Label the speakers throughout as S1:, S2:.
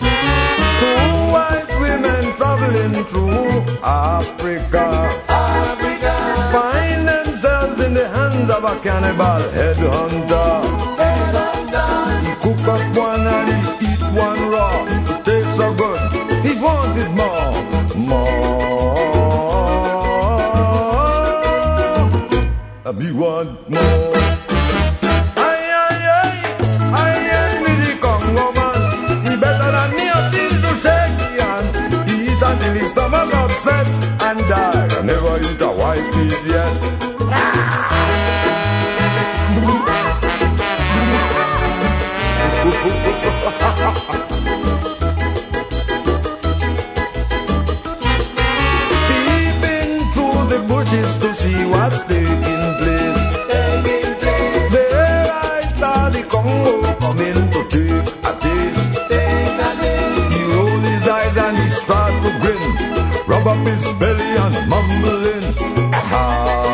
S1: Two white women traveling through Africa. Find themselves in the hands of a cannibal headhunter. He cook up one and he eat one raw. It tastes so good, he wanted more, more. And he want more. Aye, aye, aye, aye, aye, me the Congo man. He better than me until to shake the hand. He eat until his stomach upset and die. I never eat a white meat yet. Peeping through the bushes to see what's taking place. There I saw the Congo coming to take a taste. He rolled his eyes and he started to grin, rub up his belly and mumbling. Ah,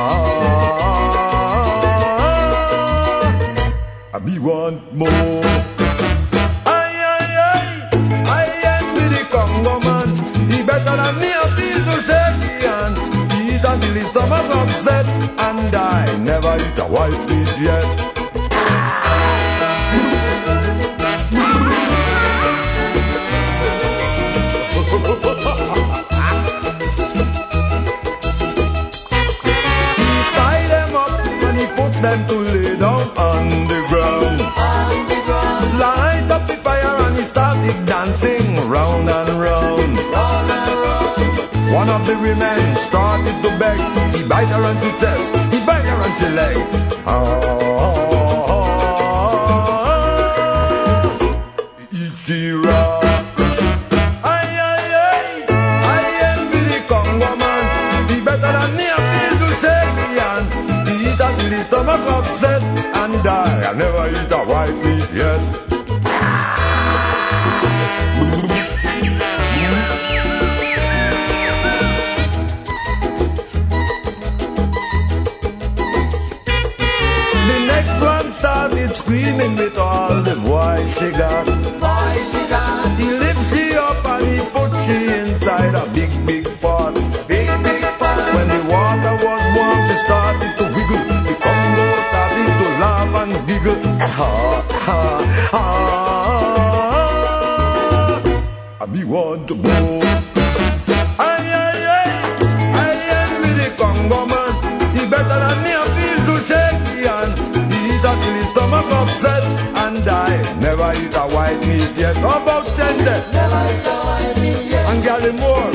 S1: I me want more. Aye, aye, aye, aye, aye, me the Congo man. He better than me, I feel the shaky hand. He eat until his stomach upset, and I never eat a white meat yet. He tie them up and he put them to lay down on the ground. Light up the fire and he started dancing round and round. One of the women started to beg. He bite her on the chest, he bite her on the leg. Ah, Ichira. Aye, aye, aye, aye, am the Congo man. He better than me, I feel to shake the hand. He eat until his stomach upset and die. I never eat a white meat yet. The next one started screaming with all the voice she got. He lifts she up and he puts she inside a big, big pot. When the water was warm, she started to wiggle. The Congo started to laugh and giggle. Ah, ah, ah. And we want to go. Aye, aye, aye. Aye, aye, me the Congo man. He better than me, I feel to shake the hand. He eat until his stomach upset and die. Never eat a white meat yet. How about Tente? And Gallimore?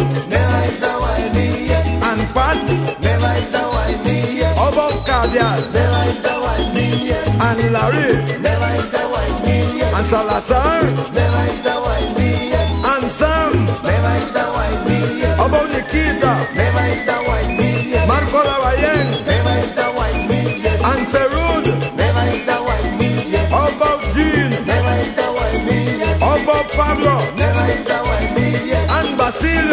S1: And Pat? How about Cardial? And Larry? And Salazar? And Sam? How about Nikita? Marco Lavayen? And Serud? How about Jean? How about Pablo? And Basil?